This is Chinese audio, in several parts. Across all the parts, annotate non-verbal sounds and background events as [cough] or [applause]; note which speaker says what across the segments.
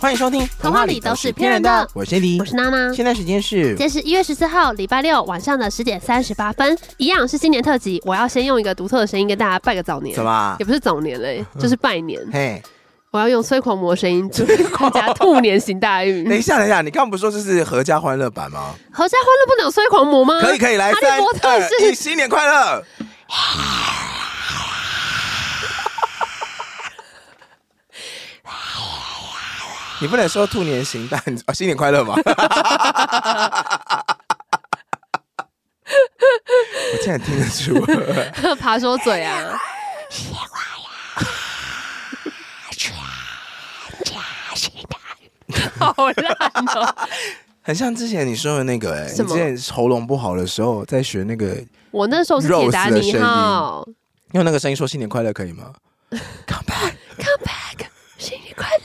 Speaker 1: 欢迎收听《
Speaker 2: 童话里都是骗人的》，
Speaker 1: 我是 AD，
Speaker 2: 我是嗯娜娜。
Speaker 1: 现在时间是
Speaker 2: 今天是一月十四号，礼拜六晚上的十点三十八分，一样是新年特辑。我要先用一个独特的声音跟大家拜个早年，
Speaker 1: 怎么啊
Speaker 2: 也不是早年嘞、就是拜年。
Speaker 1: 嘿，
Speaker 2: 我要用催狂魔声音祝大家兔年行大
Speaker 1: [laughs]
Speaker 2: 运。
Speaker 1: 等一下，等一下，你刚刚不是说这是合家欢乐版吗？
Speaker 2: 合家欢乐不能有催狂魔吗？
Speaker 1: 可以，可以，来
Speaker 2: 嗯哈
Speaker 1: 三
Speaker 2: 利波特
Speaker 1: 二一，
Speaker 2: 是
Speaker 1: 新年快乐！你不能说兔年行大运 [laughs] 哦，新年快乐吧？我竟然听得出， [laughs]
Speaker 2: 爬说嘴啊。 [laughs] 好烂哦！
Speaker 1: 很像之前你说的那个、哎，
Speaker 2: 什
Speaker 1: 你
Speaker 2: 么
Speaker 1: 之前喉咙不好的时候在学那个
Speaker 2: 我那时候是铁达尼号
Speaker 1: 用那个声音说新年快乐可以吗？Come back，
Speaker 2: ，Come back，新年快乐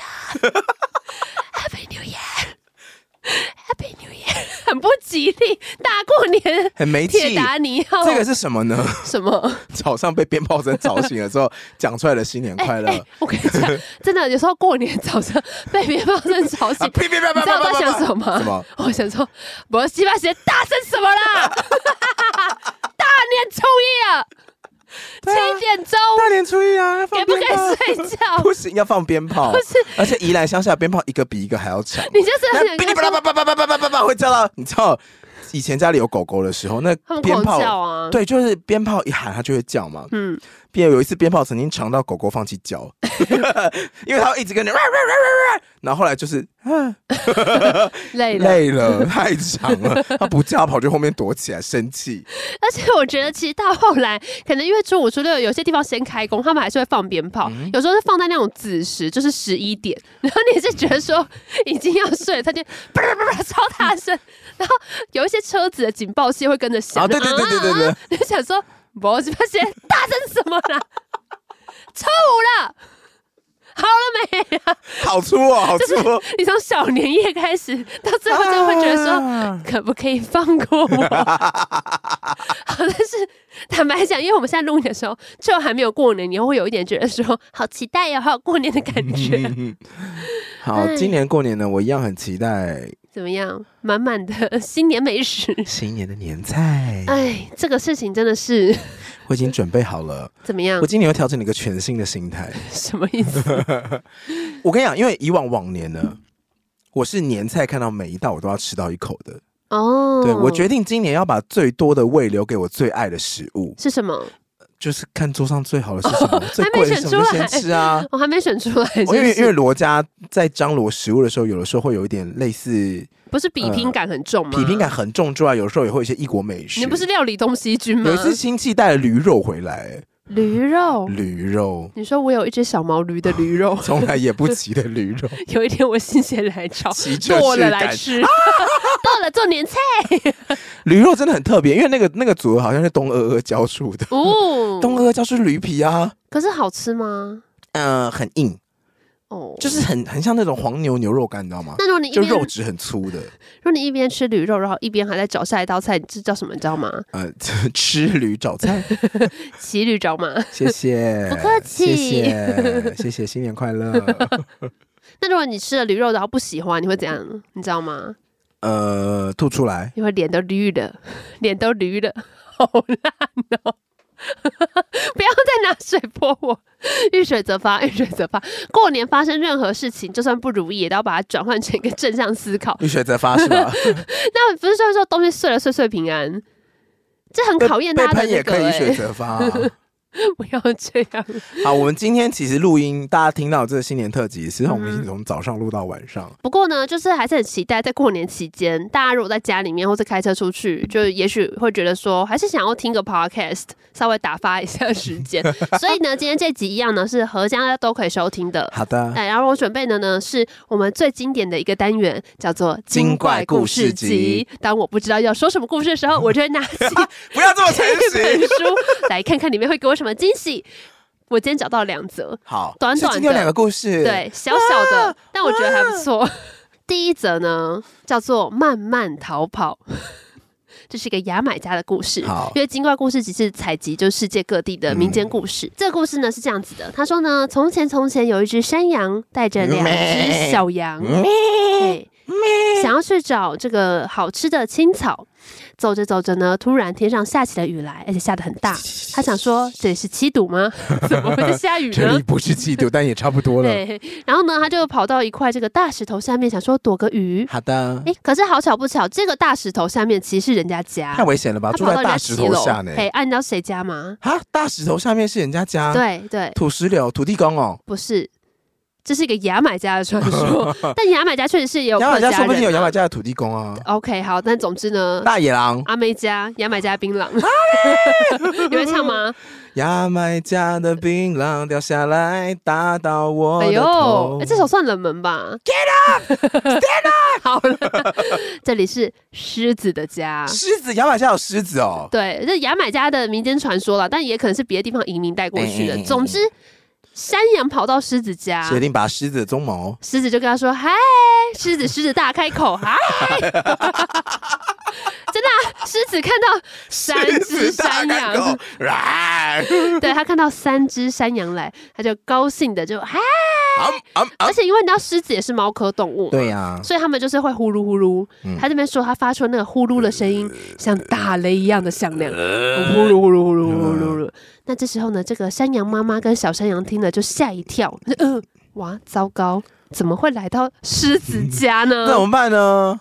Speaker 1: [laughs]
Speaker 2: ，Happy New Year，Happy New Year，很不吉利，大过年，
Speaker 1: 很没 [laughs]
Speaker 2: 铁
Speaker 1: 气。
Speaker 2: 达尼号，
Speaker 1: 这个是什么呢？ [laughs]
Speaker 2: 什么？
Speaker 1: 早上被鞭炮声吵醒了之后讲出来的新年快乐啊
Speaker 2: 哎，我跟你
Speaker 1: [laughs]
Speaker 2: 讲，真的有时候过年早上 [laughs] 被鞭炮声吵
Speaker 1: 啊
Speaker 2: 醒，
Speaker 1: 呸呸呸
Speaker 2: 哎你
Speaker 1: 呸
Speaker 2: 知道我在
Speaker 1: 呸
Speaker 2: 想
Speaker 1: 呸！
Speaker 2: 什么吗？
Speaker 1: 什么？
Speaker 2: 我想说，我鸡巴鞋大声什么
Speaker 1: [laughs]
Speaker 2: 啦？大年初一啊，
Speaker 1: 对啊
Speaker 2: 七点钟
Speaker 1: 大年初一啊，要放
Speaker 2: 也不可
Speaker 1: 鞭炮，，
Speaker 2: 以睡觉
Speaker 1: 不行，要放鞭炮
Speaker 2: 不，是？
Speaker 1: 而且宜兰乡下鞭炮一个比一个还要强。
Speaker 2: 你就是
Speaker 1: 那
Speaker 2: 很想
Speaker 1: 噼里
Speaker 2: 跟
Speaker 1: 啪
Speaker 2: 他
Speaker 1: 啦
Speaker 2: 说
Speaker 1: 啪啪啪啪啪啪啪，会叫到你知道以前家里有狗狗的时候，那
Speaker 2: 他们
Speaker 1: 鞭
Speaker 2: 狂叫
Speaker 1: 炮
Speaker 2: 啊，
Speaker 1: 对，就是鞭炮一喊它就会叫嘛。
Speaker 2: 嗯，
Speaker 1: 并有一次鞭炮曾经尝到狗狗放弃叫， [laughs] 因为它会一直跟着， [laughs] 然后后来就是啊
Speaker 2: 累了。
Speaker 1: 累了，太长了，
Speaker 2: [laughs]
Speaker 1: 它不叫，跑去后面躲起来，生气。
Speaker 2: 而且我觉得，其实到后来，可能因为初五、初六有些地方先开工，他们还是会放鞭炮，
Speaker 1: 嗯
Speaker 2: 有时候是放在那种子时，就是十一点，然后你是觉得说已经要睡了，他就叭叭叭叭超大声，然后有一些车子的警报器会跟着响，
Speaker 1: 啊，对对对对对对，
Speaker 2: 你就想说，我这些大声什么啦？初五了，好了没啊？
Speaker 1: 好粗哦，好粗哦。
Speaker 2: 你从小年夜开始到最后，就会觉得说，
Speaker 1: 啊
Speaker 2: 可不可以放过我？ [laughs] 好，但是坦白讲，因为我们现在录音的时候，就还没有过年，你又会有一点觉得说，好期待呀、还有过年的感觉，
Speaker 1: 嗯好，
Speaker 2: 哎
Speaker 1: 今年过年呢，我一样很期待
Speaker 2: [laughs] 怎么样？满满的新年美食。
Speaker 1: 新年的年菜，
Speaker 2: 哎，这个事情真的是
Speaker 1: 我已经准备好了。
Speaker 2: 怎么样
Speaker 1: 我？今年要调整一个全新的心态。
Speaker 2: 什么
Speaker 1: [laughs]
Speaker 2: 意思？
Speaker 1: 我跟你讲，因为以往往年呢，我是年菜看到每一道我都要吃到一口的。
Speaker 2: 哦，
Speaker 1: 对我决定今年要把最多的胃留给我最爱的食物，
Speaker 2: 是什么？
Speaker 1: 就是看桌上最好的是什
Speaker 2: 哦
Speaker 1: 么，最贵的是什么就
Speaker 2: 还没选出来
Speaker 1: 先吃啊。
Speaker 2: 我还没选出来，真
Speaker 1: 哦因为
Speaker 2: 是
Speaker 1: 因为罗家在张罗食物的时候，有的时候会有一点类似
Speaker 2: 不是比拼感很重吗？
Speaker 1: 呃比拼感，很重之外，有时候也会有一些异国美食。
Speaker 2: 你不是料理东西君吗？
Speaker 1: 有一次亲戚带了驴肉回来，
Speaker 2: 驴肉，
Speaker 1: 驴肉，
Speaker 2: 你说我有一只小毛驴的驴肉
Speaker 1: 从来也不急的驴肉，
Speaker 2: [laughs] 有一天我心血来潮
Speaker 1: 急着
Speaker 2: 剁了
Speaker 1: 去
Speaker 2: 来
Speaker 1: 赶
Speaker 2: 吃， [laughs] 剁了做年菜
Speaker 1: 驴肉真的很特别，因为那个那个组合好像是东阿阿教出的，
Speaker 2: 哦。
Speaker 1: 东阿阿教出驴皮啊，
Speaker 2: 可是好吃吗？呃
Speaker 1: 嗯、很硬，
Speaker 2: 哦，
Speaker 1: 就是很很像那种黄牛牛肉干，你知道吗？
Speaker 2: 那如果你一
Speaker 1: 就
Speaker 2: 边
Speaker 1: 肉质很粗的， [laughs]
Speaker 2: 如果你一边吃驴肉，然后一边还在找下一道菜，这叫什么？你知道吗？
Speaker 1: 呃，吃驴早餐，
Speaker 2: 骑驴找马。 [laughs]
Speaker 1: 谢谢，
Speaker 2: 不客
Speaker 1: 谢
Speaker 2: 气
Speaker 1: 谢，谢谢，新年快乐。
Speaker 2: 那如果你吃了驴肉然后不喜欢，你会怎样？你知道吗？
Speaker 1: 呃，吐出来，
Speaker 2: 你会脸都绿了， [laughs] 脸都绿了， [laughs] 好烂哦！ [laughs] 不要再拿水泼我， [laughs] 遇水则发，遇水则发。过年发生任何事情，就算不如意，也都要把它转换成一个正向思考。
Speaker 1: 你选择发是
Speaker 2: [laughs]
Speaker 1: 吧？
Speaker 2: 那不是说说东西碎了岁岁平安，这很考验
Speaker 1: 被
Speaker 2: 大家
Speaker 1: 喷
Speaker 2: 的
Speaker 1: 也
Speaker 2: 那
Speaker 1: 可
Speaker 2: 个、
Speaker 1: 以选
Speaker 2: 欸。
Speaker 1: 择
Speaker 2: [laughs]
Speaker 1: 发、啊。
Speaker 2: 不要这样，
Speaker 1: 好，我们今天其实录音，大家听到这个新年特辑，实际上我们已经从早上录到晚上。
Speaker 2: [laughs] 不过呢，就是还是很期待在过年期间，大家如果在家里面或是开车出去，就也许会觉得说，还是想要听个 podcast，稍微打发一下时间。
Speaker 1: [laughs]
Speaker 2: 所以呢，今天这集一样呢是合家都可以收听的。
Speaker 1: 好的，
Speaker 2: 哎，然后我准备的呢是我们最经典的一个单元，叫做《
Speaker 1: 精怪故事集》。
Speaker 2: 当我不知道要说什么故事的时候，我就会拿起
Speaker 1: 不要这么诚
Speaker 2: 这 [laughs] 本
Speaker 1: 实。
Speaker 2: 书，来看看里面会给我什么惊喜。我今天找到两则，
Speaker 1: 好，
Speaker 2: 短
Speaker 1: 所以
Speaker 2: 短
Speaker 1: 今天有
Speaker 2: 的
Speaker 1: 两个故事，，
Speaker 2: 对，小小的，但我觉得还不错。第一则呢，叫做《慢慢逃跑》，这是一个牙买加的故事。
Speaker 1: 好
Speaker 2: 因为精怪故事只是采集就世界各地的民间故事。这个故事呢是这样子的，他说呢，从前从前有一只山羊带着两只小羊，
Speaker 1: 嗯
Speaker 2: 哎对嗯想要去找这个好吃的青草。走着走着呢，突然天上下起了雨来，而且下得很大。他想说这里是七堵吗？ [laughs] 怎么会在下雨
Speaker 1: 这
Speaker 2: 呢
Speaker 1: 里？不是嗯嫉妒，但也差不多了。
Speaker 2: 嗯对，然后呢，他就跑到一块这个大石头下面，想说躲个雨。
Speaker 1: 好的，
Speaker 2: 哎，可是好巧不巧，这个大石头下面其实是人家家
Speaker 1: 太，危险了吧？
Speaker 2: 他
Speaker 1: 住
Speaker 2: 跑到
Speaker 1: 在
Speaker 2: 人家
Speaker 1: 大石
Speaker 2: 七
Speaker 1: 头
Speaker 2: 楼
Speaker 1: 下呢。
Speaker 2: 嘿，按到谁家吗？
Speaker 1: 啊，大石头下面是人家家，，
Speaker 2: 对对，
Speaker 1: 土石流、土地公哦，
Speaker 2: 不是，这是一个牙买加的传
Speaker 1: [laughs]
Speaker 2: 说，但牙买加确实是也有
Speaker 1: 牙
Speaker 2: 客
Speaker 1: 买
Speaker 2: 家
Speaker 1: 加
Speaker 2: 人、啊
Speaker 1: 说不定有牙买加的土地公啊，
Speaker 2: OK，好，但总之呢，
Speaker 1: 大野 [laughs] 狼，
Speaker 2: 阿妹家牙买加槟榔， [laughs] 你会唱吗？
Speaker 1: 牙买加的槟榔掉下来，打到哦我
Speaker 2: 哎
Speaker 1: 的
Speaker 2: 呦
Speaker 1: 头，。
Speaker 2: 哎，这首算冷门吧？Get up，Stand up！好 [laughs] 了，这里是狮子的家。
Speaker 1: 狮子，牙买加有狮子哦。
Speaker 2: 对，这牙买加的民间传说了，但也可能是别的地方移民带过去的。
Speaker 1: 哎哎哎哎
Speaker 2: 总之，山羊跑到狮子家，
Speaker 1: 决定把狮子的鬃毛，
Speaker 2: 狮子就跟他说：“嗨，狮子，狮子大开口，嗨！” [laughs] 真的啊、狮子看到三只山羊，，
Speaker 1: 啊，
Speaker 2: [laughs] 对他看到三只山羊来，他就高兴的就嗨。
Speaker 1: 嗯嗯
Speaker 2: 而且因为你知道，狮子也是猫科动物，
Speaker 1: 对嗯呀，
Speaker 2: 所以他们就是会呼噜呼噜。他这边说他发出那个呼噜的声音，
Speaker 1: 嗯
Speaker 2: 像打雷一样的响亮，呼噜呼噜呼噜呼噜呼噜。那这时候呢，这个山羊妈妈跟小山羊听了就吓一跳，呃，哇，糟糕，怎么会来到狮子家
Speaker 1: [laughs] 那怎
Speaker 2: 呢？
Speaker 1: 么办呢？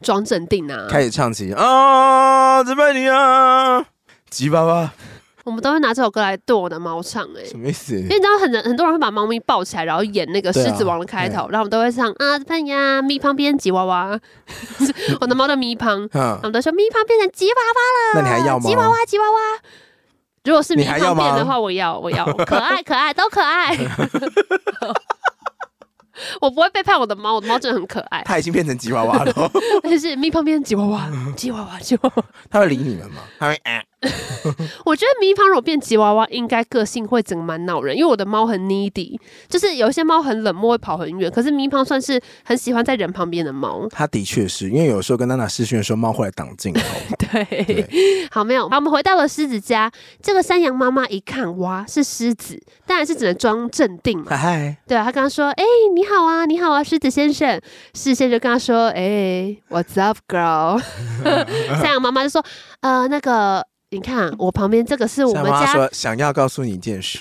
Speaker 2: 装镇定啊！
Speaker 1: 开始唱起啊，只拜你啊，吉娃娃，
Speaker 2: 我们都会拿这首歌来对我的猫唱哎、
Speaker 1: 什么意思
Speaker 2: 因？为你知道很很多人会把猫咪抱起来，然后演那个狮
Speaker 1: 对啊
Speaker 2: 子王的开头，然后我们都会唱啊，笨呀，咪旁变吉娃娃， [laughs] 我的猫的咪旁，
Speaker 1: 嗯
Speaker 2: 我，们都说咪旁变成吉娃
Speaker 1: 那你还要吗？
Speaker 2: 吉娃娃，吉娃娃。如果是米
Speaker 1: 你还要
Speaker 2: 胖
Speaker 1: 吗
Speaker 2: 变的话，我要，
Speaker 1: [laughs]
Speaker 2: 我要，可爱，可爱，都可爱。 [laughs] 我不会背叛我的猫，我的猫真的很可爱。
Speaker 1: 他已经变成吉娃
Speaker 2: [laughs]
Speaker 1: 娃了，
Speaker 2: 但是咪胖变吉
Speaker 1: [laughs]
Speaker 2: 娃娃，吉娃娃，吉娃娃。
Speaker 1: 他会理你们吗？他会啊，
Speaker 2: 我觉得咪胖如果变吉娃娃，应该个性会整个蛮恼人，因为我的猫很 needy，就是有一些猫很冷漠，会跑很远。可是咪胖算是很喜欢在人旁边的猫。
Speaker 1: 他的确是因为有时候跟娜娜视讯的时候，猫会来挡镜头。
Speaker 2: 对， [laughs] 好，没有，好，我们回到了狮子家。这个山羊妈妈一看，哇，是狮子，当然是只能装镇定嘛。
Speaker 1: 嗨嗨，
Speaker 2: 对啊，他跟他说：“哎、你好啊，你好啊，狮子先生。”狮子先生就跟他说：“哎、w h a t s up, girl？” [laughs] 山羊妈妈就说：“呃，那个，你看我旁边这个是我
Speaker 1: 像
Speaker 2: 们
Speaker 1: 妈妈
Speaker 2: 家
Speaker 1: 说想要告诉你一件事，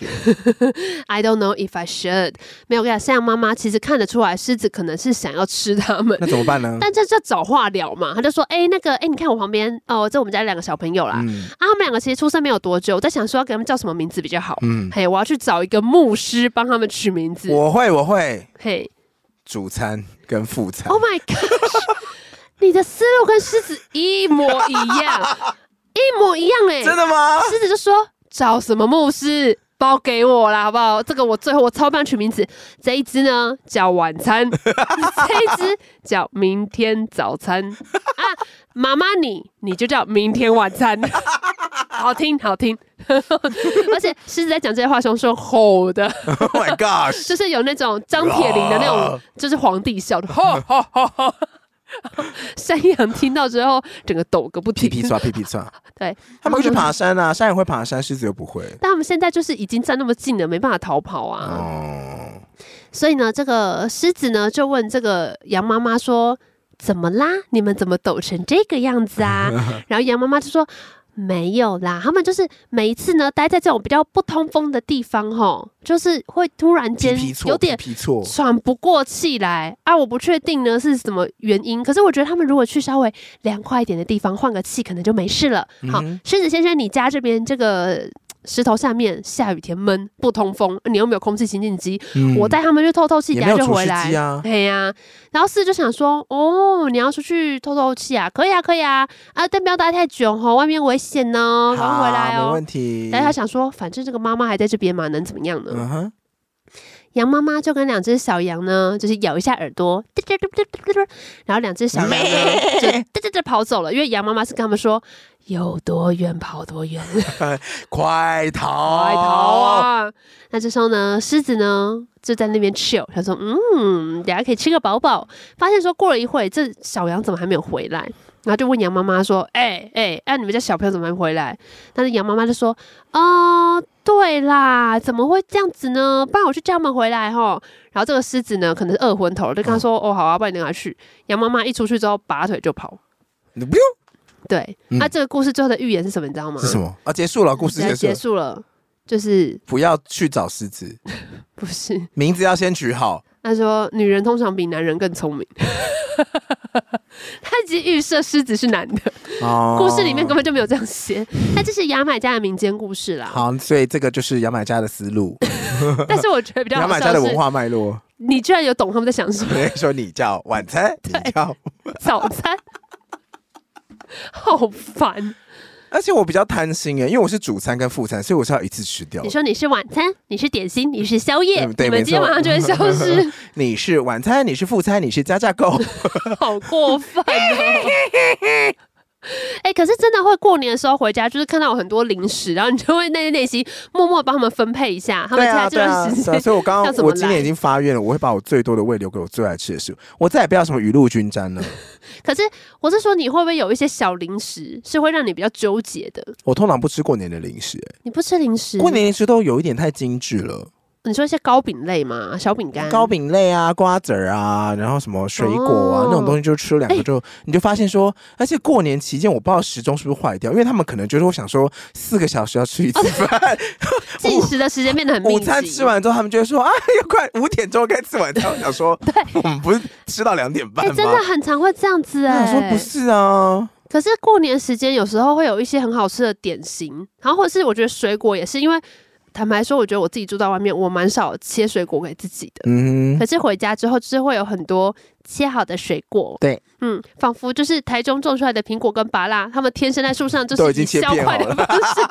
Speaker 2: ，I don't know if I should。”没有，我跟你讲，山羊妈妈其实看得出来，狮子可能是想要吃它们。
Speaker 1: 那怎么办呢？
Speaker 2: 但这叫找话聊嘛，他就说，哎、那个，哎、你看我旁边，哦，这我们家两个小朋友啦，
Speaker 1: 嗯
Speaker 2: 啊，他们两个其实出生没有多久，我在想说要给他们叫什么名字比较好，
Speaker 1: 嗯，
Speaker 2: 嘿，我要去找一个牧师帮他们取名字，
Speaker 1: 我会我会
Speaker 2: 嘿，
Speaker 1: 主餐跟副餐
Speaker 2: Oh，my god！你的思路跟狮子一模一
Speaker 1: [laughs]
Speaker 2: 样，一模一样哎、
Speaker 1: 真的
Speaker 2: [laughs]
Speaker 1: 吗？
Speaker 2: 狮子就说找什么牧师，包给我啦，好不好？这个我最后我超棒取名字，这一只呢叫晚餐， [laughs] 这一只叫明天早餐啊，妈妈你你就叫明天晚餐， [laughs] 好听好听。 [laughs] 而且狮子在讲这些话的时候是用吼的， [laughs]
Speaker 1: Oh my gosh！
Speaker 2: 就是有那种张铁林的那种 [laughs]
Speaker 1: 啊，
Speaker 2: 就是皇帝笑的，吼吼吼吼。 [laughs] 山羊听到之后，整个抖个不
Speaker 1: 屁
Speaker 2: 停。
Speaker 1: 屁抓，屁屁抓，
Speaker 2: [laughs] 对，
Speaker 1: 他们会去爬山啊，山羊会爬山，狮子又不会。
Speaker 2: 但他们现在就是已经站那么近了，没办法逃跑啊。
Speaker 1: 哦，
Speaker 2: 所以呢，这个狮子呢就问这个羊妈妈说：“怎么啦？你们怎么抖成这个样子啊？”
Speaker 1: [laughs]
Speaker 2: 然后羊妈妈就说：“没有啦，他们就是每一次呢待在这种比较不通风的地方，吼，就是会突然
Speaker 1: 皮
Speaker 2: 间
Speaker 1: 皮错，
Speaker 2: 有点
Speaker 1: 皮皮错，
Speaker 2: 喘不过气来啊！我不确定呢是什么原因，可是我觉得他们如果去稍微凉快一点的地方换个气，可能就没事了。
Speaker 1: 嗯
Speaker 2: 好，狮子先生，你家这边这个石头下面下雨天闷不通风，你又没有空气清净机，
Speaker 1: 嗯
Speaker 2: 我带他们去透透气，
Speaker 1: 也
Speaker 2: 等
Speaker 1: 没有
Speaker 2: 下就
Speaker 1: 除
Speaker 2: 回
Speaker 1: 湿
Speaker 2: 来
Speaker 1: 机。啊。
Speaker 2: 对呀、然后四就想说，哦，你要出去透透气啊，可以啊，可以啊，啊，但不要待太久哦，外面危险哦，赶快回来
Speaker 1: 好没
Speaker 2: 哦
Speaker 1: 问。题。
Speaker 2: 但是他想说，反正这个妈妈还在这边嘛，能怎么样呢？
Speaker 1: 嗯哼，
Speaker 2: 羊妈妈就跟两只小羊呢，就是咬一下耳朵，嘟嘟嘟嘟嘟嘟然后两只小羊呢就嘟嘟嘟跑走了，因为羊妈妈是跟他们说有多远跑多远，
Speaker 1: 快逃！
Speaker 2: 快逃！哦啊！那这时候呢，狮子呢就在那边 chill，他说嗯，等下可以吃个饱饱。发现说过了一会，这小羊怎么还没有回来？然后就问杨妈妈说：“哎、哎，那、你们家小朋友怎么还没回来？”但是杨妈妈就说：“哦，对啦，怎么会这样子呢？不然我去叫他们回来吼。”然后这个狮子呢，可能是二婚头，就跟他说：“哦，好啊，不然你拿去。”杨妈妈一出去之后，拔腿就跑。
Speaker 1: 你不用
Speaker 2: 对，那、
Speaker 1: 嗯
Speaker 2: 这个故事最后的预言是什么？你知道吗？
Speaker 1: 是什么啊？结束了，故事
Speaker 2: 对
Speaker 1: 结束
Speaker 2: 嗯结
Speaker 1: 了，
Speaker 2: 束了，就是
Speaker 1: 不要去找狮子，
Speaker 2: 不是？
Speaker 1: 名字要先取好。
Speaker 2: 他说女人通常比男人更 [laughs] 聪明。他已经预设狮子是男的，
Speaker 1: 哦
Speaker 2: 故事里面根本就没有这样写。那这是牙买加的民间故事
Speaker 1: [laughs]
Speaker 2: 啦，
Speaker 1: 好，所以这个就是牙买加的思路，
Speaker 2: 但是我觉得比较
Speaker 1: 牙
Speaker 2: 好
Speaker 1: 买
Speaker 2: 笑
Speaker 1: 加的
Speaker 2: 的
Speaker 1: 文
Speaker 2: 是，
Speaker 1: 化脉
Speaker 2: [laughs]
Speaker 1: 络。
Speaker 2: 你居然有懂他们在想什么
Speaker 1: 有人说你叫晚餐，你叫，
Speaker 2: 早餐， [laughs] 好烦。
Speaker 1: 而且我比较贪心耶，因为我是主餐跟副餐，所以我是要一次吃掉
Speaker 2: 你。说你是晚餐，你是点心，你是宵夜，
Speaker 1: 嗯对
Speaker 2: 你们今天
Speaker 1: 没错
Speaker 2: 晚上就会消失，
Speaker 1: 你是晚餐，你是副餐，你是加价购，
Speaker 2: 好过分哦。 [laughs] 哎、可是真的会过年的时候回家，就是看到有很多零食，然后你就会内内心默默帮他们分配一下， [laughs] 他们
Speaker 1: 对
Speaker 2: 现
Speaker 1: 啊，
Speaker 2: 在这
Speaker 1: 对啊，
Speaker 2: 段时
Speaker 1: 是
Speaker 2: 间
Speaker 1: 啊，所以我刚
Speaker 2: 要
Speaker 1: 刚
Speaker 2: 怎么
Speaker 1: 我今年已经发愿了，我会把我最多的胃留给我最爱吃的食物，我再也不要什么雨露均沾了。
Speaker 2: [laughs] 可是我是说，你会不会有一些小零食是会让你比较纠结的？
Speaker 1: 我通常不吃过年的零食、欸，
Speaker 2: 你不吃零食，
Speaker 1: 过年零食都有一点太精致了，
Speaker 2: 你说一些糕饼类嘛，小饼干、
Speaker 1: 糕饼类啊、瓜子儿啊，然后什么水果啊、
Speaker 2: 哦
Speaker 1: 那种东西，就吃了两
Speaker 2: 哎
Speaker 1: 个就、你就发现说，而且过年期间我不知道时钟是不是坏掉，因为他们可能就是会想说四个小时要吃一次
Speaker 2: 哦 [laughs]
Speaker 1: 饭，
Speaker 2: 进食的时间变得很密集。
Speaker 1: 哦午餐吃完之后他们就会说啊，要快五点钟该吃晚餐，我
Speaker 2: [laughs]
Speaker 1: 想说我们不是吃到两点半
Speaker 2: 哎、
Speaker 1: 吗？
Speaker 2: 真的很常会这样子
Speaker 1: 我
Speaker 2: 哎、
Speaker 1: 想说不是啊，
Speaker 2: 可是过年时间有时候会有一些很好吃的点心，然后或者是我觉得水果也是，因为坦白说，我觉得我自己住在外面，我蛮少切水果给自己的。
Speaker 1: 嗯
Speaker 2: 可。是回家之后，就是会有很多切好的水果，
Speaker 1: 对，
Speaker 2: 嗯，仿佛就是台中种出来的苹果跟芭辣，他们天生在树上就
Speaker 1: 都已
Speaker 2: 是以
Speaker 1: 经切
Speaker 2: 削
Speaker 1: 片
Speaker 2: 块
Speaker 1: 好
Speaker 2: 的
Speaker 1: 了 [laughs]
Speaker 2: 方式。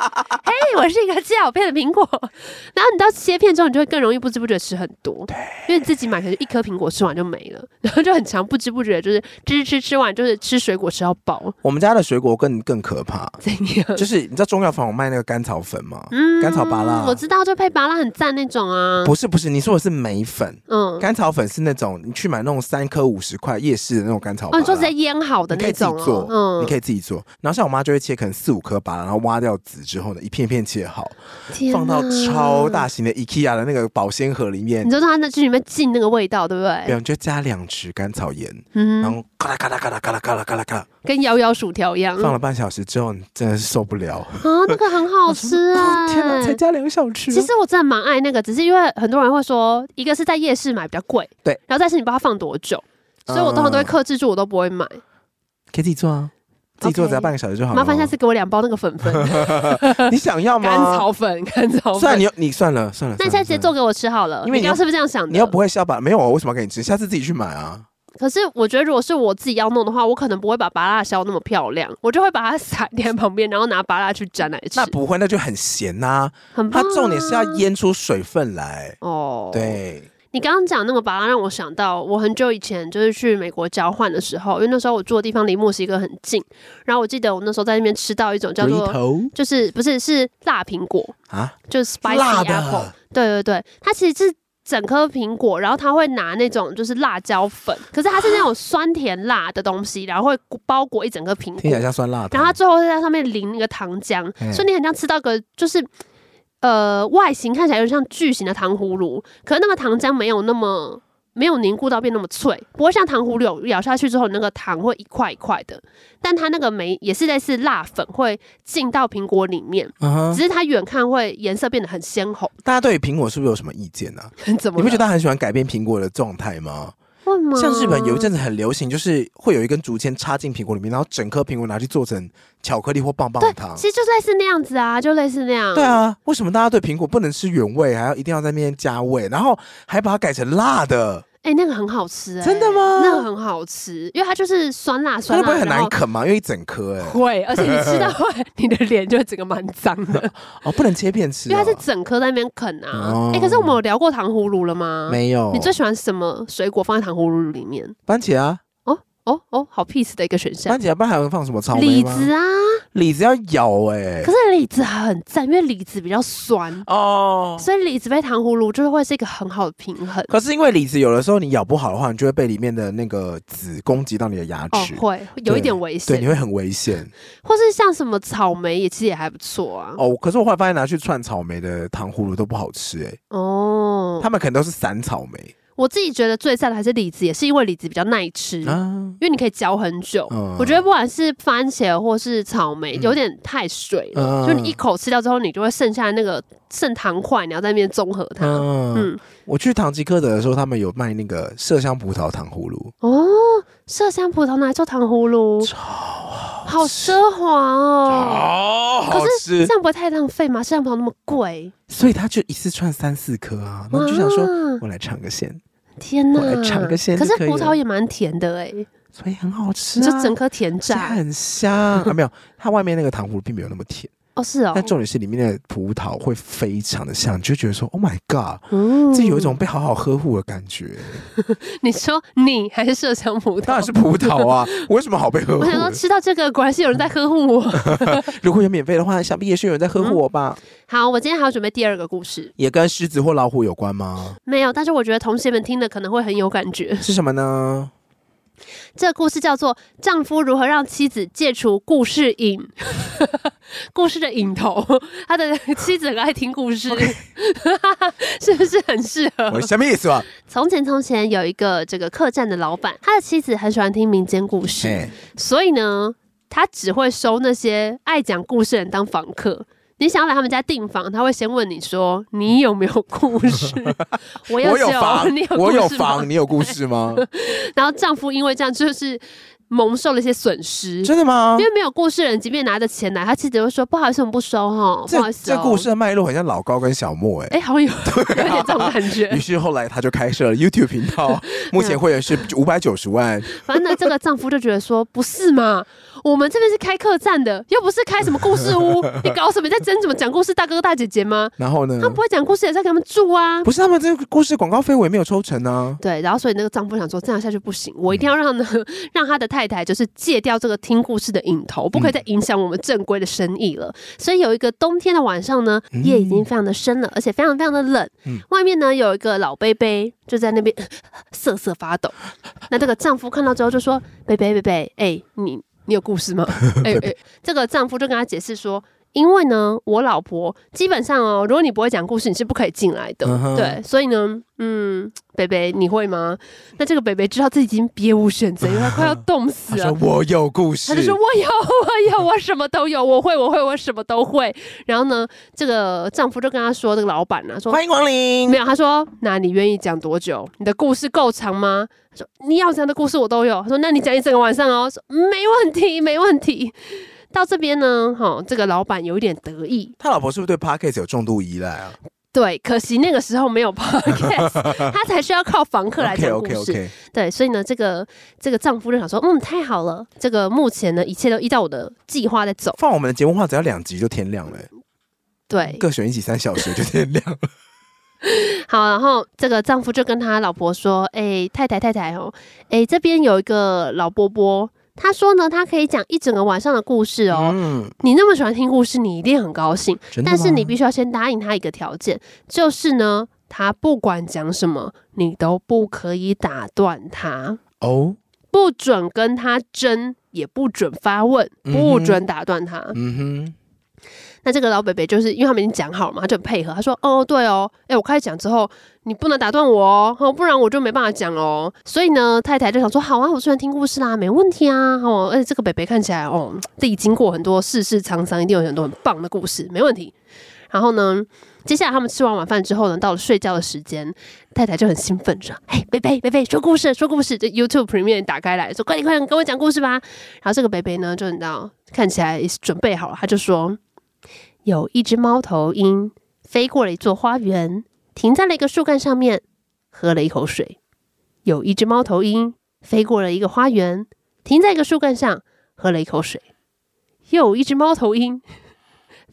Speaker 2: 嘿，我是一个切好片的苹果，然后你到切片之后，你就会更容易不知不觉吃很多，因为你自己买可能一颗苹果吃完就没了，然后就很常不知不觉就是吃吃吃吃完就是吃水果吃到饱，
Speaker 1: 我们家的水果更更可怕，
Speaker 2: 怎样？
Speaker 1: 就是你知道中药房有卖那个甘草粉吗？
Speaker 2: 嗯
Speaker 1: 甘草芭乐
Speaker 2: 我知道，就配芭辣很赞那种啊。
Speaker 1: 不是不是，你说的是梅粉，
Speaker 2: 嗯，
Speaker 1: 甘草粉是那种你去买那种三颗五十块夜市的那种甘草芭
Speaker 2: 哦，
Speaker 1: 乐。
Speaker 2: 你说直接腌好的
Speaker 1: 你可
Speaker 2: 那
Speaker 1: 以自己
Speaker 2: 种
Speaker 1: 做，
Speaker 2: 哦，
Speaker 1: 你可以自己做。然后像我妈就会切可能四五颗芭乐，然后挖掉籽之后呢，一片片切好，
Speaker 2: 天
Speaker 1: 放到
Speaker 2: 哪
Speaker 1: 超大型的 IKEA 的那个保鲜盒里面
Speaker 2: 你，就让它在去里面进那个味道，对不
Speaker 1: 然
Speaker 2: 对？
Speaker 1: 后就加两匙甘草盐，然
Speaker 2: 嗯，
Speaker 1: 后咔啦咔啦咔啦咔啦咔啦咔啦咔啦，
Speaker 2: 跟摇摇薯条一样
Speaker 1: 放
Speaker 2: 啊，
Speaker 1: 了半小时之后，你真的是受不了。
Speaker 2: 那个很好吃啊！
Speaker 1: 哦天哪，才加两个小时，
Speaker 2: 其实我真的蛮爱那个，只是因为很多人会说，一个是在夜市买比较贵，
Speaker 1: 对，嗯
Speaker 2: 然后再是你不知道放多久，所以我通常都会克制住，我都不会买。
Speaker 1: 可以自己做啊，自己做
Speaker 2: OK
Speaker 1: 只要半个小时就好了。哦
Speaker 2: 麻烦下次给我两包那个
Speaker 1: [laughs]
Speaker 2: 粉粉，
Speaker 1: 你想要吗？
Speaker 2: 甘草粉，甘草
Speaker 1: [laughs] 算了，
Speaker 2: 粉
Speaker 1: 你。又你算了算了，
Speaker 2: 那你下次直接
Speaker 1: 算了，
Speaker 2: 做给我吃好了，
Speaker 1: 因为你
Speaker 2: 你刚
Speaker 1: 要
Speaker 2: 刚是不是这样想的？
Speaker 1: 你又不会消吧？没有啊，我为什么要给你吃？下次自己去买啊。
Speaker 2: 可是我觉得，如果是我自己要弄的话，我可能不会把芭辣削那么漂亮，我就会把它撒在旁边，然后拿芭辣去沾来吃
Speaker 1: 那。不会，那就很咸呐、
Speaker 2: 很
Speaker 1: 它
Speaker 2: 棒、啊。
Speaker 1: 重点是要腌出水分来。
Speaker 2: 哦。，
Speaker 1: 对，
Speaker 2: 你刚刚讲那个芭拉，让我想到我很久以前就是去美国交换的时候，因为那时候我住的地方离墨西哥很近，然后我记得我那时候在那边吃到一种叫
Speaker 1: 鱼
Speaker 2: 做哦
Speaker 1: 头
Speaker 2: 就是不是是辣苹果，
Speaker 1: 啊，
Speaker 2: 就是 spicy
Speaker 1: 辣的
Speaker 2: apple，对对对，它其实是。整颗苹果，然后它会拿那种就是辣椒粉，可是它是那种酸甜辣的东西，然后会包裹一整个
Speaker 1: 听
Speaker 2: 苹
Speaker 1: 起来
Speaker 2: 果，
Speaker 1: 像酸辣的。
Speaker 2: 然后它最后会在上面淋那个糖浆，
Speaker 1: 嗯
Speaker 2: 所以你很像吃到个就是呃外形看起来有点像巨型的糖葫芦，可是那个糖浆没有那么没有凝固到变那么脆，不会像糖葫芦咬下去之后那个糖会一块一块的，但它那个没也是类似辣粉会进到苹果里面，
Speaker 1: 嗯哼
Speaker 2: 只是它远看会颜色变得很鲜红， [laughs]
Speaker 1: 大家对于苹果是不是有什么意见呢、啊？
Speaker 2: 怎么
Speaker 1: 你不觉
Speaker 2: 得
Speaker 1: 得很喜欢改变苹果的状态吗？
Speaker 2: 会吗？
Speaker 1: 像日本有一阵子很流行，就是会有一根竹签插进苹果里面，然后整颗苹果拿去做成巧克力或棒棒
Speaker 2: 对
Speaker 1: 糖，。
Speaker 2: 其实就是类似那样子啊，就类似那样，
Speaker 1: 啊对，啊，为什么大家对苹果不能吃原味，还要一定要在那边加味，然后还把它改成辣的？
Speaker 2: 哎、那个很好吃、哎，
Speaker 1: 真的吗
Speaker 2: 那个很好吃，因为它就是酸辣
Speaker 1: 它
Speaker 2: 酸
Speaker 1: 会
Speaker 2: 辣，
Speaker 1: 不会很
Speaker 2: 然
Speaker 1: 难
Speaker 2: 后
Speaker 1: 啃嘛？因为一整颗哎、
Speaker 2: 会，而且你吃到会， [laughs] 你的脸就会整个蛮脏
Speaker 1: [laughs]
Speaker 2: 的，
Speaker 1: 哦，不能切片吃、
Speaker 2: 因
Speaker 1: 哦，
Speaker 2: 为它是整颗在那边啃啊。哎、
Speaker 1: 哦
Speaker 2: 可是我们有聊过糖葫芦了吗？
Speaker 1: 没有
Speaker 2: 你最喜欢什么水果放在糖葫芦里面？
Speaker 1: 番茄啊，
Speaker 2: 哦哦哦，好 peace 的一个选项
Speaker 1: 番。茄啊拌还能放什么草莓
Speaker 2: 李
Speaker 1: 吗？
Speaker 2: 子啊，
Speaker 1: 李子要咬哎、
Speaker 2: 可是李子很赞，因为李子比较酸，
Speaker 1: 哦。
Speaker 2: 所以李子配糖葫芦就是会是一个很好的平衡。
Speaker 1: 可是因为李子有的时候你咬不好的话，你就会被里面的那个籽攻击到你的牙
Speaker 2: 哦
Speaker 1: 齿，，
Speaker 2: 会有一点危
Speaker 1: 对，你
Speaker 2: 险，
Speaker 1: 会很危险
Speaker 2: 或是像什么草莓也其实也还不错啊。
Speaker 1: 哦。可是我后来发现拿去串草莓的糖葫芦都不好吃哎、
Speaker 2: 哦，
Speaker 1: 他们可能都是散草莓
Speaker 2: 我自己觉得最赞的还是李子，也是因为李子比较耐吃。
Speaker 1: 啊。
Speaker 2: 因为你可以嚼很久。
Speaker 1: 嗯
Speaker 2: 嗯我觉得不管是番茄或是草莓，
Speaker 1: 嗯
Speaker 2: 有点太水了，
Speaker 1: 嗯
Speaker 2: 就你一口吃掉之后，你就会剩下那个剩糖块，你要在那边综合它。
Speaker 1: 嗯，
Speaker 2: 嗯，
Speaker 1: 我去唐吉诃德的时候，他们有卖那个麝香葡萄糖葫芦，
Speaker 2: 哦，麝香葡萄拿来做糖葫芦，好奢华哦。
Speaker 1: 哦，好
Speaker 2: 这
Speaker 1: 吃。
Speaker 2: 样不会太浪费吗？麝香葡萄那么贵，
Speaker 1: 所以他就一次串三四颗啊，然后就想说，
Speaker 2: 哇
Speaker 1: 我来尝个鲜，
Speaker 2: 天哪
Speaker 1: 我来，尝个鲜
Speaker 2: 可
Speaker 1: 就是可以
Speaker 2: 葡萄
Speaker 1: 了
Speaker 2: 也蛮甜的哎、
Speaker 1: 所以很好吃
Speaker 2: 你就
Speaker 1: 啊，
Speaker 2: 整颗甜
Speaker 1: 这
Speaker 2: 炸
Speaker 1: 很
Speaker 2: [laughs]
Speaker 1: 香啊。没有，它外面那个糖葫芦并没有那么甜，
Speaker 2: 哦，是哦
Speaker 1: 但，重点是里面的葡萄会非常的香，你就觉得说，Oh my god，
Speaker 2: 嗯
Speaker 1: 这有一种被好好呵护的感觉。
Speaker 2: 你说你还是麝香葡萄？
Speaker 1: 当然是葡萄
Speaker 2: [laughs]
Speaker 1: 啊，我有什么好被呵护
Speaker 2: 我想说
Speaker 1: 的？
Speaker 2: 吃到这个，果然是有人在呵护我。 [laughs]
Speaker 1: 如果有免费的话，想必也是有人在呵护我吧？
Speaker 2: 嗯好，我今天还要准备第二个故事，
Speaker 1: 也跟狮子或老虎有关吗？
Speaker 2: 没有，但是我觉得同学们听了可能会很有感觉。
Speaker 1: 是什么呢？
Speaker 2: 这个故事叫做《丈夫如何让妻子戒除故事瘾》， [laughs] 故事的瘾头，他的妻子很爱听故事 [laughs] 是不是很适合
Speaker 1: 我？什么意思啊？
Speaker 2: 从前从前有一个这个客栈的老板，他的妻子很喜欢听民间故
Speaker 1: [laughs]
Speaker 2: 事，
Speaker 1: 哎，
Speaker 2: 所以呢，他只会收那些爱讲故事的人当房客。你想要来他们家订房，他会先问你说：“你有没有故
Speaker 1: [laughs]
Speaker 2: 事？”我
Speaker 1: 我
Speaker 2: 有
Speaker 1: 有
Speaker 2: 酒
Speaker 1: 房
Speaker 2: 你，有
Speaker 1: 我
Speaker 2: 故
Speaker 1: 有
Speaker 2: 事吗嗯
Speaker 1: 房，你有故事
Speaker 2: [laughs]
Speaker 1: 吗？
Speaker 2: 然后丈夫因为这样就是蒙受了一些损失，
Speaker 1: 真的吗
Speaker 2: 因？为没有故事人，即便拿着钱来，他妻子会说不好意思，我们不收哈，不好
Speaker 1: 这
Speaker 2: 意思、哦。
Speaker 1: 这故事的脉络很像老高跟小莫哎、
Speaker 2: 哎、好像有、有点这种感
Speaker 1: 于
Speaker 2: 觉。
Speaker 1: 是后来他就开设了 YouTube 频
Speaker 2: [laughs]
Speaker 1: 道，目前会员是五百九十万。
Speaker 2: 反正呢，这个丈夫就觉得说不是嘛，我们这边是开客栈的，又不是开什么故事屋，你搞什么？你在争什么讲故事大哥哥大姐姐吗？
Speaker 1: 然后呢
Speaker 2: 他？们不会讲故事，也在给他们住啊。
Speaker 1: 不是他们这个故事广告费我也没有抽成啊。
Speaker 2: 对，然后所以那个丈夫想说，这样下去不行，我一定要让呢
Speaker 1: 嗯
Speaker 2: [laughs] 让他的太太就是戒掉这个听故事的瘾头，不可以
Speaker 1: 嗯
Speaker 2: 再影响我们正规的生意了。所以有一个冬天的晚上呢，夜已经非常的深了，而且非常非常的冷，
Speaker 1: 嗯
Speaker 2: 外面呢有一个老贝贝就在那边 [laughs] 瑟瑟发
Speaker 1: [laughs]
Speaker 2: 抖。那这个丈夫看到之后就说：“贝贝贝贝，哎、你你有故事
Speaker 1: [laughs]
Speaker 2: 吗？”哎哎、这个丈夫就跟他解释说。因为呢，我老婆基本上哦，如果你不会讲故事，你是不可以进来的。
Speaker 1: 嗯哼
Speaker 2: 对，所以呢，嗯，北北，你会吗？那这个北北知道自己已经别无选择，因为他快要冻死
Speaker 1: [laughs] 他说
Speaker 2: 了。
Speaker 1: 我有故事
Speaker 2: 他就，说：“我有， [laughs] 我有，我什么都有，我会，我会，我什么都会。”然后呢，这个丈夫就跟他说：“这个老板啊，说
Speaker 1: 欢迎光临
Speaker 2: 没。有。”他说：“那你愿意讲多久？你的故事够长吗？”他说：“你要讲的故事我都有。”他说：“那你讲一整个晚上哦。”说：“没问题，没问题。”到这边呢，哈，这个老板有一点得意，
Speaker 1: 他老婆是不是对 Podcast 有重度依赖啊
Speaker 2: 对，可惜那个时候没
Speaker 1: [laughs]
Speaker 2: 有 [laughs] podcast，他才需要靠房客来
Speaker 1: ？OK
Speaker 2: 讲故事。
Speaker 1: OK OK，
Speaker 2: 对，所以呢，这个这个丈夫就想说，嗯，太好了，这个目前呢，一切都依照我的计划在走。
Speaker 1: 放我们的节目的话，只要两集就天亮了、欸
Speaker 2: 对，
Speaker 1: 各选一集三小时就天亮
Speaker 2: [laughs]
Speaker 1: 了。
Speaker 2: 好，然后这个丈夫就跟他老婆说，哎、太太太太哦，哎、这边有一个老伯伯，他说呢，他可以讲一整个晚上的故事哦。
Speaker 1: 嗯，
Speaker 2: 你那么喜欢听故事，你一定很高兴，
Speaker 1: 真的吗
Speaker 2: 但是你必须要先答应他一个条件，就是呢，他不管讲什么，你都不可以打断他。
Speaker 1: 哦，
Speaker 2: 不准跟他争，也不准发问，
Speaker 1: 嗯哼
Speaker 2: 不准打断他。
Speaker 1: 嗯
Speaker 2: 那这个老北北就是因为他们已经讲好了嘛，他就很配合。他说：“哦，对哦，哎，我开始讲之后，你不能打断我哦，哦不然我就没办法讲哦。”所以呢，太太就想说：“好啊，我虽然听故事啦，没问题啊。哦，而且这个北北看起来哦，历经过很多世事沧桑，一定有很多很棒的故事，没问题。”然后呢，接下来他们吃完晚饭之后呢，到了睡觉的时间，太太就很兴奋说：“嘿，北北北北，说故事，说故事！”这 YouTube Premium 打开来说：“快点快点，跟我讲故事吧。”然后这个北北呢，就你知道，看起来也是准备好了，他就说：“有一只猫头鹰飞过了一座花园，停在了一个树干上面，喝了一口水。有一只猫头鹰飞过了一个花园，停在一个树干上，喝了一口水。又有一只猫头鹰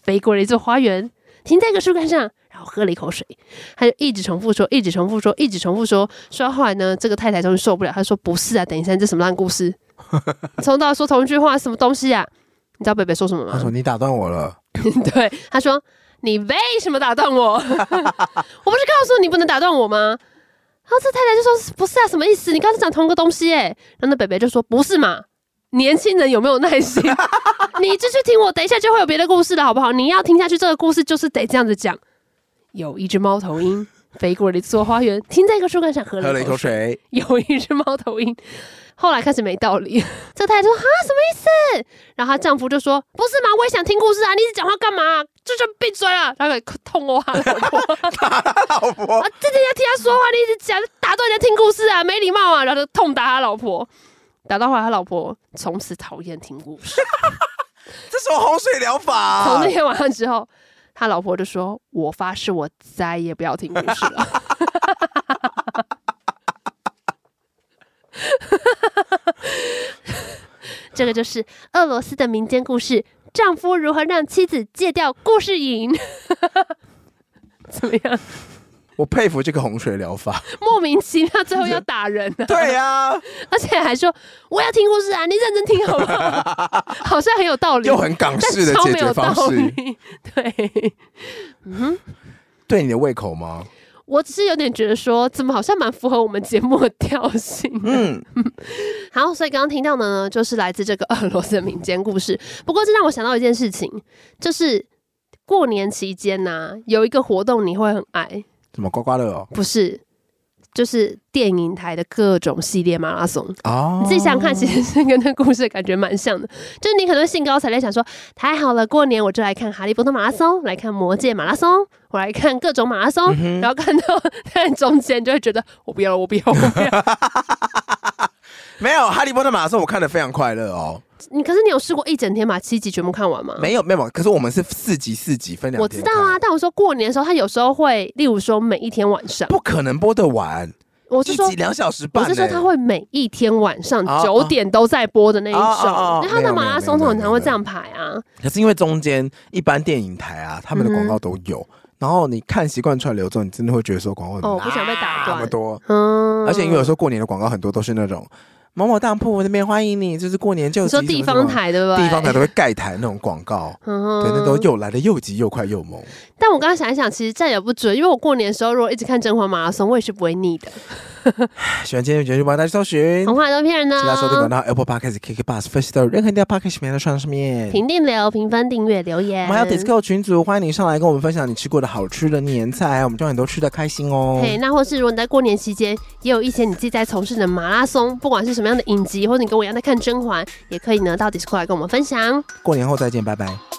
Speaker 2: 飞过了一座花园，停在一个树干上，然后喝了一口水。他就一直重复说，一直重复说，一直重复说。说到后来呢，这个太太终于受不了，她说：“不是啊，等一下，这什么烂故事？从头说同一句话，什么东西啊？你知道北北说什么
Speaker 1: 他
Speaker 2: 吗
Speaker 1: 说？你打断我了，
Speaker 2: [laughs] 对，他说你为什么打断我？ [laughs] 我不是告诉你不能打断我吗？然后这太太就说不是啊，什么意思？你刚才讲同个东西哎、然后那北北就说不是嘛。年轻人有没有耐心？ [laughs] 你继续听我，等一下就会有别的故事了，好不好？你要听下去，这个故事就是得这样子讲。有一只猫头鹰飞过了一座花园，停在一个树干上喝
Speaker 1: 喝了
Speaker 2: 了
Speaker 1: 一
Speaker 2: 一
Speaker 1: 口
Speaker 2: 口水。
Speaker 1: 水，
Speaker 2: 有一只猫头鹰，后来开始没道理。 [laughs] 这太太说：“哈，什么意思？”然后她丈夫就说：“不是嘛，我也想听故事啊，你一直讲话干嘛？就就闭嘴了。” [laughs] 然后给痛殴他老婆，
Speaker 1: 老婆
Speaker 2: 啊，这人家听他说话，你一直讲，打断人家听故事啊，没礼貌啊，然后就痛打他老婆，打到后来他老婆从此讨厌听故事。
Speaker 1: 这什么洪水疗法
Speaker 2: 从
Speaker 1: 啊
Speaker 2: 那？天晚上之后，他老婆就说：“我发誓，我再也不要听故事了。” [laughs] 这个就是俄罗斯的民间故事：丈夫如何让妻子戒掉故事
Speaker 1: [laughs]
Speaker 2: 瘾。怎么样？
Speaker 1: 我佩服这个洪水疗法。 [laughs]
Speaker 2: 莫名其妙，最后要打人了、
Speaker 1: 对呀、
Speaker 2: 而且还说我要听故事啊，你认真听好不好？
Speaker 1: [laughs]
Speaker 2: 好像很有道理，
Speaker 1: 又很港
Speaker 2: 但
Speaker 1: 式的
Speaker 2: 超
Speaker 1: 解
Speaker 2: 没有
Speaker 1: 决方
Speaker 2: 道
Speaker 1: 式，
Speaker 2: 理。 [laughs] 对，
Speaker 1: 对你的胃口吗？
Speaker 2: 我只是有点觉得说，怎么好像蛮符合我们节目的调性。 [laughs]
Speaker 1: 嗯，
Speaker 2: 好，所以刚刚听到的呢，就是来自这个俄罗斯的民间故事。不过这让我想到一件事情，就是过年期间呐、有一个活动你会很爱，
Speaker 1: 怎么刮刮乐哦？
Speaker 2: 不是？就是电影台的各种系列马拉松，
Speaker 1: 哦，
Speaker 2: 你自己想想看，其实是跟那故事感觉蛮像的。就是你可能会兴高采烈想说，太好了，过年我就来看《哈利波特》马拉松，来看《魔戒》马拉松，我来看各种马拉松，然后看到 [laughs] 在中间就会觉得我不要了，我不要，我不要。
Speaker 1: 没有《哈利波特》马拉松，我看的非常快乐哦。
Speaker 2: 你可是你有试过一整天把七集全部看完吗？
Speaker 1: 没有没有，可是我们是四集四集分两
Speaker 2: 嗯我
Speaker 1: 天
Speaker 2: 知道啊，
Speaker 1: 看，
Speaker 2: 但我说过年的时候，他有时候会，例如说每一天晚 [laughs] 上，
Speaker 1: 不可能播得完，
Speaker 2: 我是
Speaker 1: 一
Speaker 2: 说
Speaker 1: 集。两小时半、
Speaker 2: 我
Speaker 1: 欸。
Speaker 2: 是说，他会每一天晚上
Speaker 1: 哦
Speaker 2: 九点都在播的那一种，
Speaker 1: 哦哦哦哦
Speaker 2: 因为他
Speaker 1: 没
Speaker 2: 的
Speaker 1: 有
Speaker 2: 马拉松
Speaker 1: 没
Speaker 2: 通
Speaker 1: 有没有
Speaker 2: 常会这样排啊。
Speaker 1: 可是因为中间一般电影台啊，他们的广告都有，然后你看习惯串流之后，你真的会觉得说广告怎么
Speaker 2: 哦不想被打
Speaker 1: 那
Speaker 2: 断
Speaker 1: 么多，
Speaker 2: 嗯，
Speaker 1: 而且因为有时候过年的广告很多都是那种某某当铺那边欢迎你，就是过年就
Speaker 2: 你说地方、台对不对？
Speaker 1: 地方台都会盖台那种广告，
Speaker 2: 嗯，
Speaker 1: 对，那都又来的又急又快又
Speaker 2: [laughs]
Speaker 1: 猛。
Speaker 2: 但我刚刚想一想，其实这也不准，因为我过年的时候如果一直看《甄嬛马拉松》，我也是不会腻的。
Speaker 1: 喜欢今天的节目，帮大家搜寻。
Speaker 2: [laughs] 童话都骗人啊呢、
Speaker 1: 其他收听管道 Apple Podcast、KK Bus、First Story 任何一条 Podcast 平台都上上面。
Speaker 2: 评定留、评分、订阅、留
Speaker 1: 我
Speaker 2: 言，
Speaker 1: 们还有 Discord 群组，欢迎你上来跟我们分享你吃过的好吃的年菜，我们就很多吃的开心哦。
Speaker 2: 嘿，那或是如果你在过年期间也有一些你自己在从事的马拉松，不管是什么样的影集，或者你跟我一样在看甄嬛，也可以呢到 Discord 来跟我们分享。
Speaker 1: 过年后再见，拜拜。